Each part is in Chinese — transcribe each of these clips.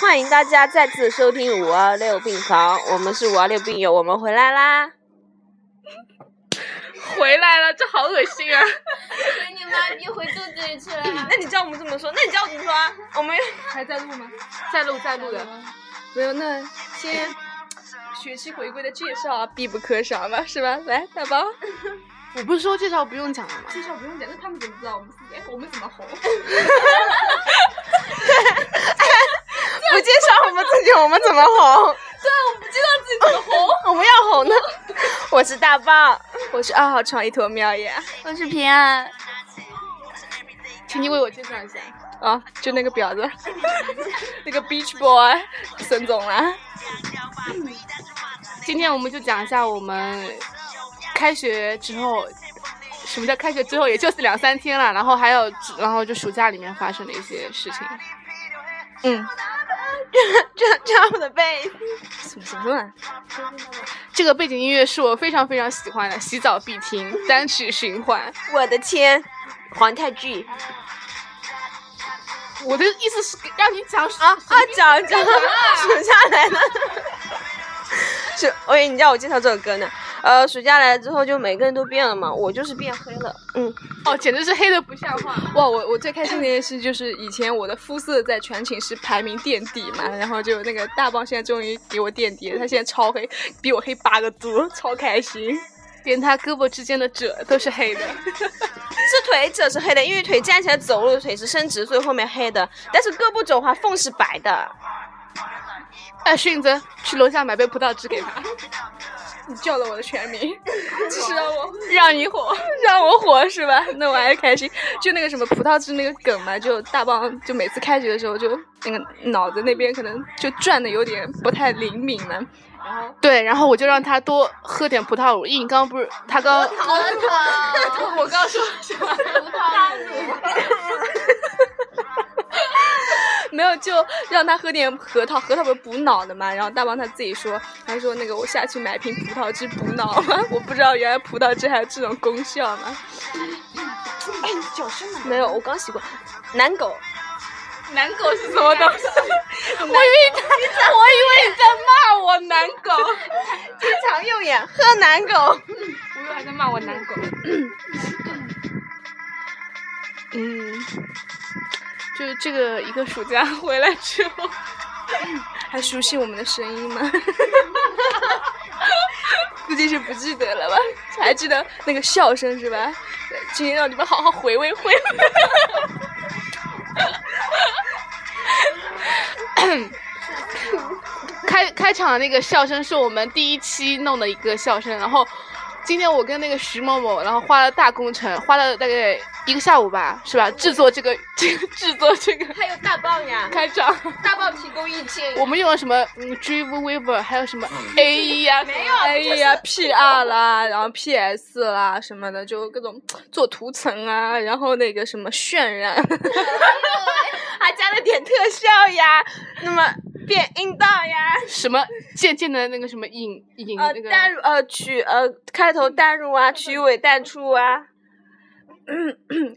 欢迎大家再次收听五二六病房，我们是五二六病友，我们回来啦！回来了，这好恶心啊！给你妈逼回肚子里去了。那你叫我们怎么说？那你叫我怎么说啊？我们还在录吗？在录，在录的。没有，那先学期回归的介绍啊，必不可少嘛，是吧？来，大宝，我不是说介绍不用讲了吗？介绍不用讲，那他们怎么知道我们是？哎，我们怎么红？不介绍我们自己，我们怎么红？对，我不知道自己怎么 红。我们要红的。我是大棒，我是二号床一坨喵耶。我是平安，请你为我介绍一下啊，就那个婊子，那个 Beach Boy 孙总啊啦。今天我们就讲一下我们开学之后，什么叫开学之后，也就是两三天了，然后还有，然后就暑假里面发生的一些事情。嗯，这这样的背景什么什么乱？这个背景音乐是我非常非常喜欢的，洗澡必听，单曲循环。我的天，皇太剧我的意思是给让你讲啊啊啊，讲讲暑假来了， 暑，我以为你叫我介绍这首歌呢。呃，暑假来了之后，就每个人都变了嘛，我就是变黑了。嗯， 哦，简直是黑的不像话。 哇，我我最开心的一件事就是以前我的肤色在全寝室排名垫底嘛，然后就那个大棒现在终于给我垫底了，他现在超黑，比我黑八个度，超开心。连他胳膊之间的褶都是黑的。是腿褶是黑的，因为腿站起来走路，腿是伸直，所以后面黑的。但是胳膊肘的话，缝是白的。 哎，迅子，去楼下买杯葡萄汁给他，你叫了我的全 名，就是让我让你火。让我火是吧？那我还是开心。就那个什么葡萄汁那个梗嘛，就大棒就每次开学的时候就那个脑子那边可能就转的有点不太灵敏了。对，然后我就让他多喝点葡萄乳，因为你刚刚不是他刚葡啊 萄，我刚说什么？葡萄乳， 没有，就让他喝点核桃，核桃不是补脑的嘛。然后大棒他自己说，他说那个我下去买瓶葡萄汁补脑嘛。我不知道原来葡萄汁还有这种功效嘛。没有，我刚洗过。男狗，男狗是什么东 西？我以为他，我以为你在骂我男狗，经常用眼喝男狗。我又还在骂我男狗。嗯，就是这个一个暑假回来之后，还熟悉我们的声音吗？ 估计是不记得了吧，还记得那个笑声是吧？今天让你们好好回味回味。开开场那个笑声是我们第一期弄的一个笑声，然后今天我跟那个徐某某，然后花了大工程，花了大概一个下午吧，是吧？制作这个这个制作这个还有大棒呀，开场，大棒提供意见我们用了什么嗯 Dreamweaver，还有什么 A E 呀、没有哎呀，P R 啦，然后 P S 啦什么的，就各种做图层啊，然后那个什么渲染，还加了点特效呀，那么变阴道呀，什么渐渐的那个什么引引呃那，个带入呃曲呃开头带入啊，曲尾带出啊，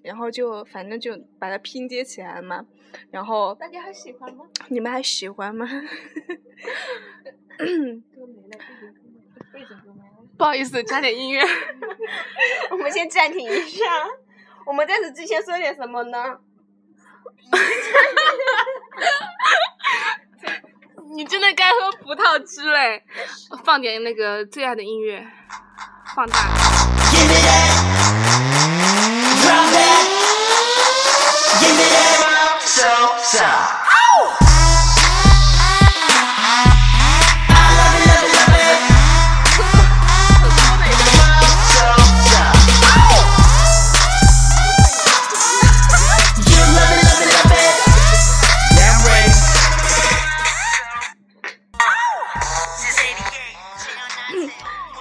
然后就反正就把它拼接起来嘛。然后大家还喜欢吗？你们还喜欢吗？不好意思，加点音乐。 我们先暂停一下。我们在此之前说点什么呢？你真的该喝葡萄汁嘞！放点那个最爱的音乐，放大。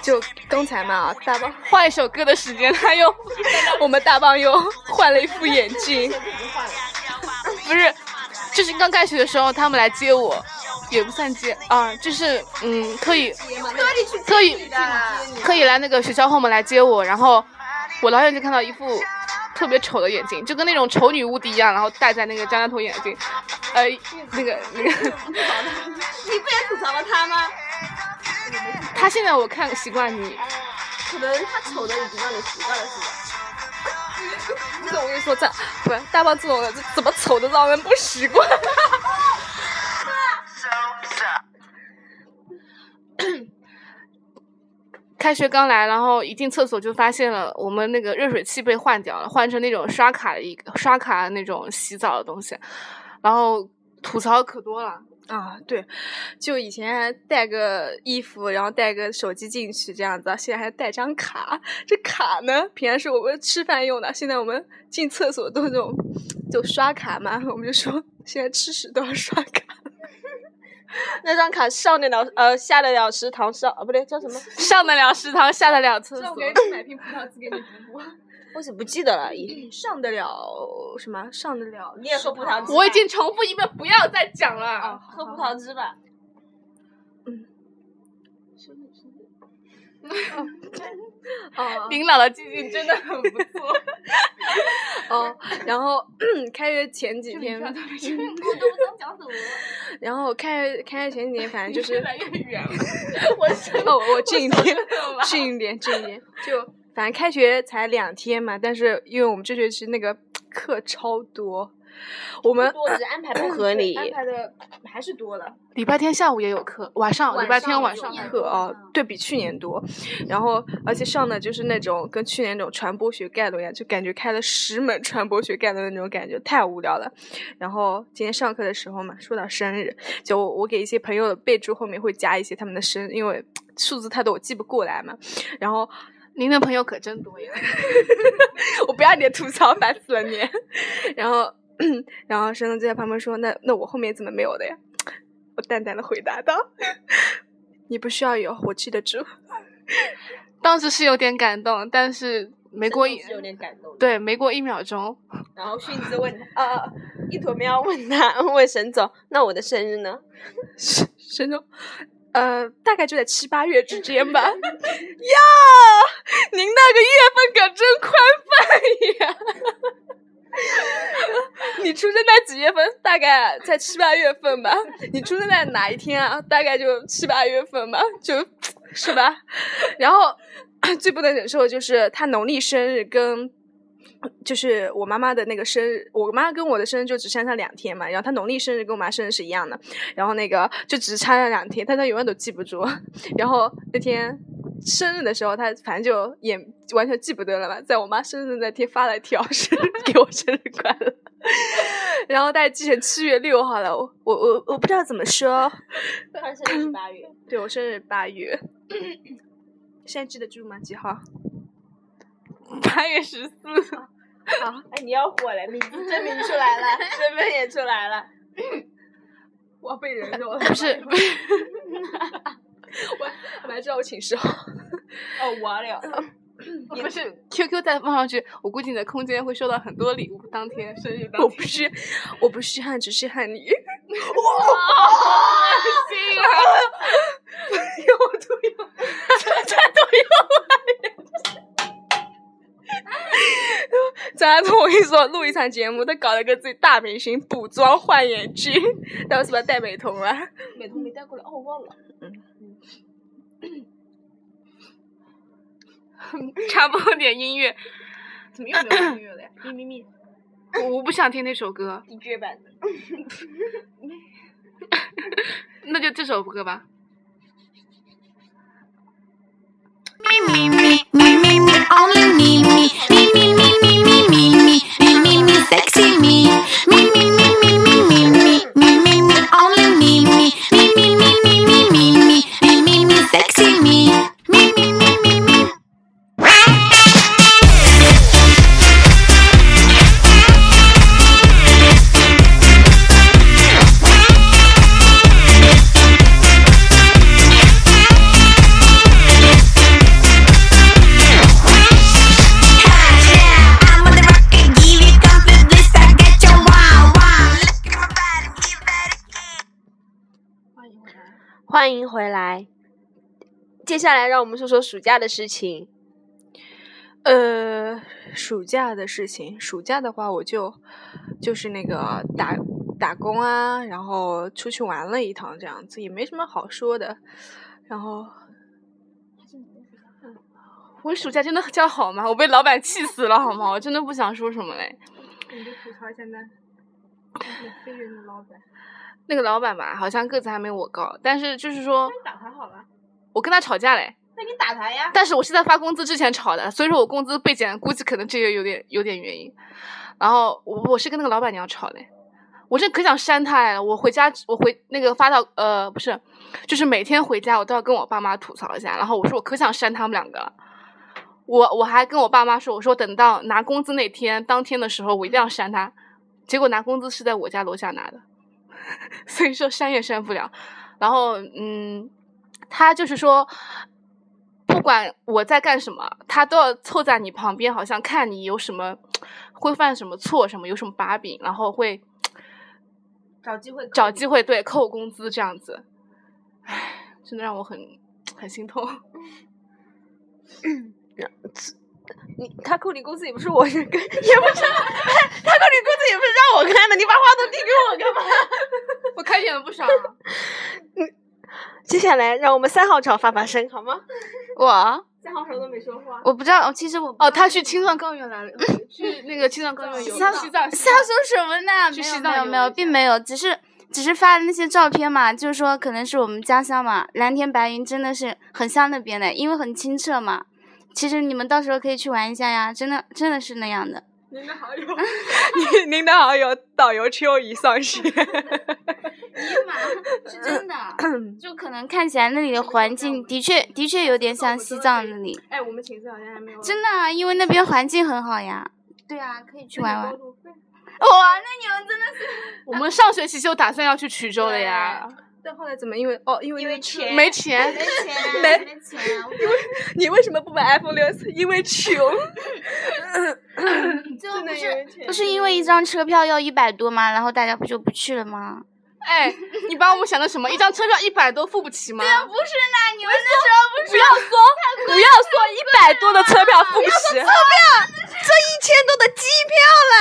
就刚才嘛，啊，大棒换一首歌的时间，他又 我们大棒又换了一副眼镜， 不是，就是刚开学的时候，他们来接我，也不算接啊，就是嗯，特意特意特意来那个学校后门来接我，然后我老远就看到一副特别丑的眼镜，就跟那种丑女无敌一样，然后戴在那个张家头眼镜，呃，那个那个， 你不也吐槽了他吗？他现在我看习惯你，可能他丑的已经让你习惯了，是吧？这我跟你说，这不是大胖这种人，这怎么丑都让人不习惯。开学刚来，然后一进厕所就发现了我们那个热水器被换掉了，换成那种刷卡的一个刷卡那种洗澡的东西，然后吐槽可多了。啊，对，就以前还带个衣服，然后带个手机进去这样子啊，现在还带张卡。这卡呢，平常是我们吃饭用的，现在我们进厕所都是那种就刷卡嘛，我们就说现在吃屎都要刷卡，那张卡上得了呃下得了食堂上啊不对 叫什么？上得了食堂，下得了厕所。你买瓶葡萄汁给你补补。我怎么不记得了？已上得了什么？上得了？你也喝葡萄汁我已经重复一遍，不要再讲了。喝葡萄汁吧。哦领导的记性真的很不错。哦，然后嗯开学前几天， 我都不知道讲什么。然后开学开学前几天，反正就是 越来越 远了，我真的哦，我近一点了，近一点，近一点。就反正开学才两天嘛，但是因为我们这学期那个课超多，我们我只是安排不合理。安排的还是多了。礼拜天下午也有课，晚上礼拜天晚上晚上有课啊，嗯对比去年多，然后而且上的就是那种跟去年那种传播学概论一样，就感觉开了十门传播学概论的那种感觉，太无聊了。然后今天上课的时候嘛，说到生日，就我我给一些朋友的备注后面会加一些他们的生，因为数字太多我记不过来嘛。然后您的朋友可真多呀！ 我不要你的吐槽，烦死了你。 然后， 然后沈总就在旁边说：“那那我后面怎么没有的呀？”我淡淡的回答道：“ 你不需要有，我记得住。当时是有点感动，但是没过一真的是有点感动。对没过一秒钟，然后迅子问他，呃，一坨喵问他，问沈总，那我的生日呢？” 沈总，呃，大概就在七八月之间 吧。呀，您那个月份可真宽泛呀！ 你出生在几月份？大概在七八月份吧。你出生在哪一天啊？大概就七八月份吧，就是吧？ 然后 最不能忍受的就是他农历生日跟。就是我妈妈的那个生日，我妈跟我的生日就只相差两天嘛，然后她农历生日跟我妈生日是一样的，然后那个就只差了两天，但她永远都记不住。 然后那天生日的时候，她反正就也完全记不得了嘛，在我妈生日那天发了一条是给我生日 快乐， 然后大概记成七月六号了，我我我我不知道怎么说，他生日是八月，对我生日八月，现在记得住吗？几号？八月十四，哎，你要火了，名字真名出来了，身份也出来了。 我要被人肉了，不是不是我还知道我寝室号。哦，我了，不是 QQ 再放上去，我估计你的空间会收到很多礼物。当天生日当我天，不是，我不是汉，只是汉女。咱俩我跟你说，录一场节目，他搞了个自己大明星补妆换眼镜，但我是不是戴美瞳了？美瞳没带过来，哦，我忘了。插播点音乐，怎么又没有音乐了呀？咪咪咪我我不想听那首歌， ，DJ 版的。那就这首歌吧。 Me me me me me only me me me me me me me me me me me me sexy me me me me me me me me me me me only me me me me me me me me me me me me sexy me me me me me me. 欢迎回来。接下来让我们说说暑假的事情。呃，暑假的事情，暑假的话，我就就是那个打打工啊，然后出去玩了一趟，这样子也没什么好说的。然后我暑假真的叫好吗？我被老板气死了，好吗？我真的不想说什么嘞。你就吐槽一下那飞人的老板，那个老板吧，好像个子还没我高，但是就是说打他好了，我跟他吵架嘞，那你打他呀。但是我是在发工资之前吵的，所以说我工资被减，估计可能这个有点有点原因。然后我我是跟那个老板娘吵嘞，我真可想扇他哎！我回家我回那个发到呃不是，就是每天回家我都要跟我爸妈吐槽一下，然后我说我可想扇他们两个了。我我还跟我爸妈说，我说等到拿工资那天当天的时候，我一定要扇他。结果拿工资是在我家楼下拿的， 所以说删也删不了。然后嗯，他就是说，不管我在干什么，他都要凑在你旁边，好像看你有什么会犯什么错，什么有什么把柄，然后会找机 会找机会对扣工资这样子。唉，真的让我很很心痛。你他扣你工资也不是我是跟，哎也不是他扣你工资也不是让我看的，你把话都递给我干嘛？ 我开眼了不少、啊接下来让我们三号潮发发声好吗？我三号潮都没说话。我不知道，其实我 哦，他去青藏高原来了，去那个青藏高原游西藏西藏，瞎说什么呢？去没西有藏没有游没有，一并下没有，只是只是发的那些照片嘛，就是说可能是我们家乡嘛，蓝天白云真的是很像那边的，因为很清澈嘛。其实你们到时候可以去玩一下呀，真的真的是那样的。您的好友，您 您的好友导游秋已丧失。是真的， 就可能看起来那里的环境的确的确有点像西藏那里，哎，我们寝室好像还没有真的、啊，因为那边环境很好呀。对啊，可以去玩 玩。哇，路那费，你们真的我们上学期就打算要去衢州了呀，但后来怎么因为哦因为因那为个钱没钱，是没没钱、啊，你为什么不买 iPhone 六？因为穷。最后真不的是有钱不是因为一张车票要一百多吗？然后大家不就不去了吗？哎，你把我们想的什么？一张车票一百多付不起吗？啊不是呢，你们那时候不是要说不要说一百多的车票付不啊起，车票这一千多的机票了，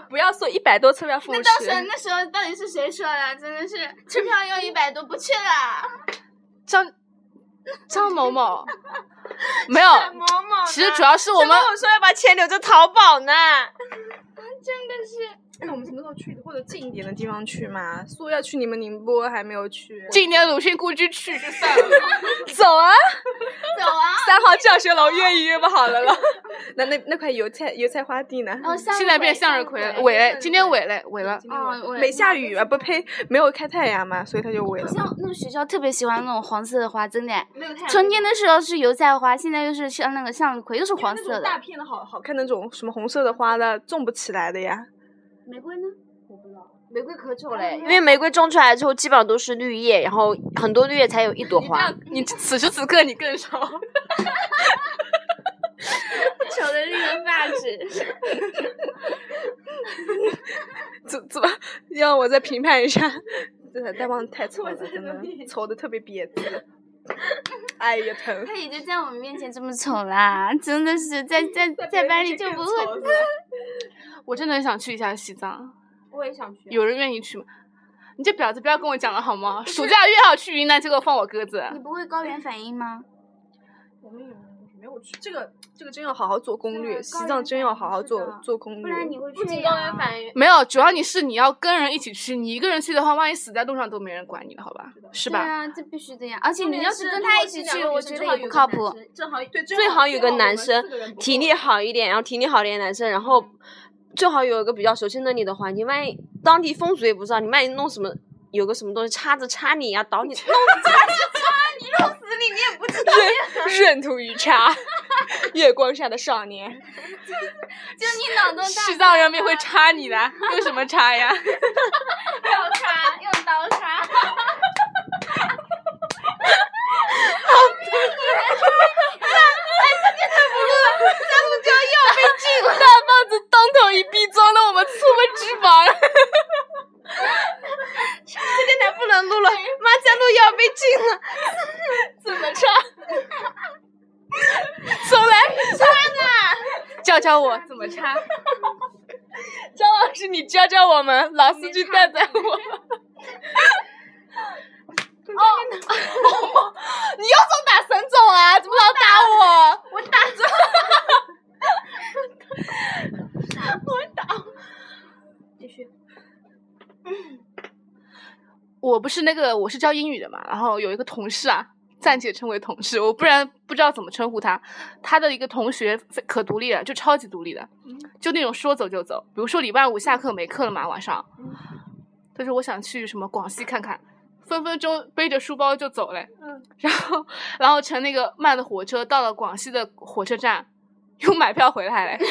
哎不要说一百多车票付那不到时候起，那时候到底是谁说的？啊真的是车票要一百多，不去了。张张某 某没有，呦，某某其实主要是我们我说要把钱留着淘宝呢，那我们什么时候去或者近一点的地方去嘛？说要去你们宁波，还没有去。今年鲁迅故居去就算 了，走啊！走啊！ 三号教学楼约一约不好了了。 那那那块油菜油菜花地呢？哦，向现在日变葵向日葵了，萎了，今天我萎了，萎了。哦，我没下雨啊，不呸，没有开太阳嘛，所以它就萎了。像那个学校特别喜欢那种黄色的花，真的。春天的时候是油菜花，现在又是像那个向日葵，又是黄色的。片的好好看那种什么红色的花的，种不起来的呀。玫瑰呢？我不知道，玫瑰可丑嘞因。为玫瑰种出来之后基本上都是绿叶，然后很多绿叶才有一朵这花样。，你此时此刻你更 熟。丑的那个发质。怎怎么让我再评判一下？ 真的，大棒太丑了，真的丑的特别瘪字。哎呀，疼！他也就在我们面前这么丑啦，真的是在 在在班里就不会。我真的很想去一下西藏，我也想去。有人愿意去吗？你这婊子不要跟我讲了好吗？暑假约好去云南，结果放我鸽子。你不会高原反应吗？我们有没有去？这个这个真要好好做攻略，西藏真要好好啊做做攻略。会不仅高原反应，没有，主要你是你要跟人一起去，你一个人去的话，万一死在路上都没人管你了，好吧？是对吧？啊，这必须的呀！而且你要是跟如他果一起这两去，个我女生觉正得好有也一不个靠男谱。 正好对，最好有个男生体力好一点，然后体力好一点的男生，然后最好有一个比较熟悉那里的环境，万一当地风俗也不知道，你万一弄什么有个什么东西插着插你呀、倒你，弄闰土 与茶，月光下的少年。就你脑洞大，西藏人民会插你的，用什么插 呀？刀叉，用刀 叉。大棒子当头一臂撞到我们粗的脂肪，电台不能录了，妈再录又要被禁了。手来插的，教教我怎么插。 张老师师，你教教我们，老司机 带带我。哦，你又总打沈总啊？怎么老打我？我打着。我不是那个我是教英语的嘛，然后有一个同事啊，暂且称为同事，我不然不知道怎么称呼他。他的一个同学非可独立了，就超级独立的，就那种说走就走。比如说礼拜五下课没课了嘛，晚上，他说我想去什么广西看看，分分钟背着书包就走嘞。然后然后乘那个慢的火车到了广西的火车站，又买票回来嘞。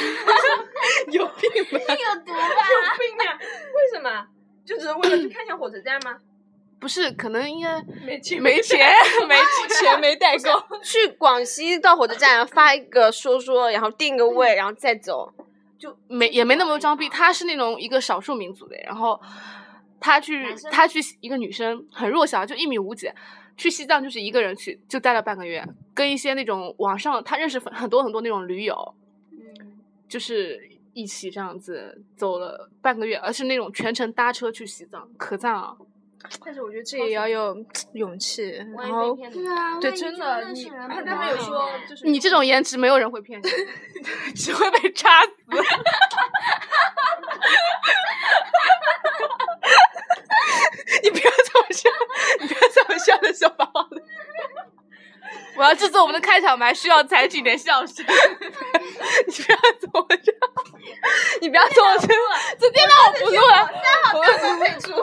有病吧？有毒 吧？病啊！为什么？就只是为了去看一下火车站吗？不是，可能应该没钱，没钱，没钱，没带够。去广西到火车站发一个说说，然后定个嗯位，然后再走。没也没那么张逼，她是那种一个少数民族的，然后她去男生她去一个女生很弱小，就一米五几，去西藏就是一个人去，就待了半个月，跟一些那种网上她认识很很多很多那种驴友，嗯就是一起这样子走了半个月，而是那种全程搭车去西藏，可赞了、但是我觉得这也要有勇气，然后对啊，对，万一真的，认你啊识人他不他们太有好说呢就是你这种颜值没有人会 骗你，只会被插死。你不要这么笑，你不要这么笑的小宝宝。 我要制作我们的开场白，需要采取一点笑 声。你不要这么笑，你不要这么笑，这电脑我不录了，三号退出，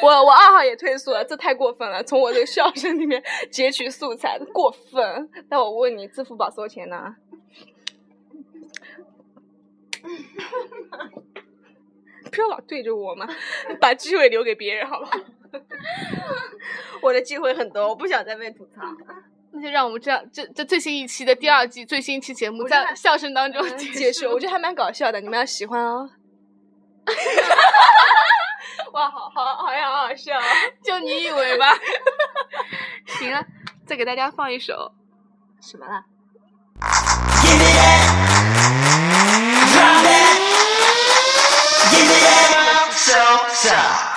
我我二号也退出了，这太过分了，从我这个笑声里面截取素材，过分。那我问你，支付宝收钱呢？ 不要老对着我嘛，把机会留给别人好不好？我的机会很多，我不想再被吐槽。那就让我们这样，这这最新一期的第二季最新一期节目，觉得在笑声当中呃结结束，束我。觉得还蛮搞笑的，你们要喜欢哦。 哇，好好好像好好笑、哦。 就你以为吧？行了，再给大家放一首。什么啦？ Drop it. Give me that. So, so.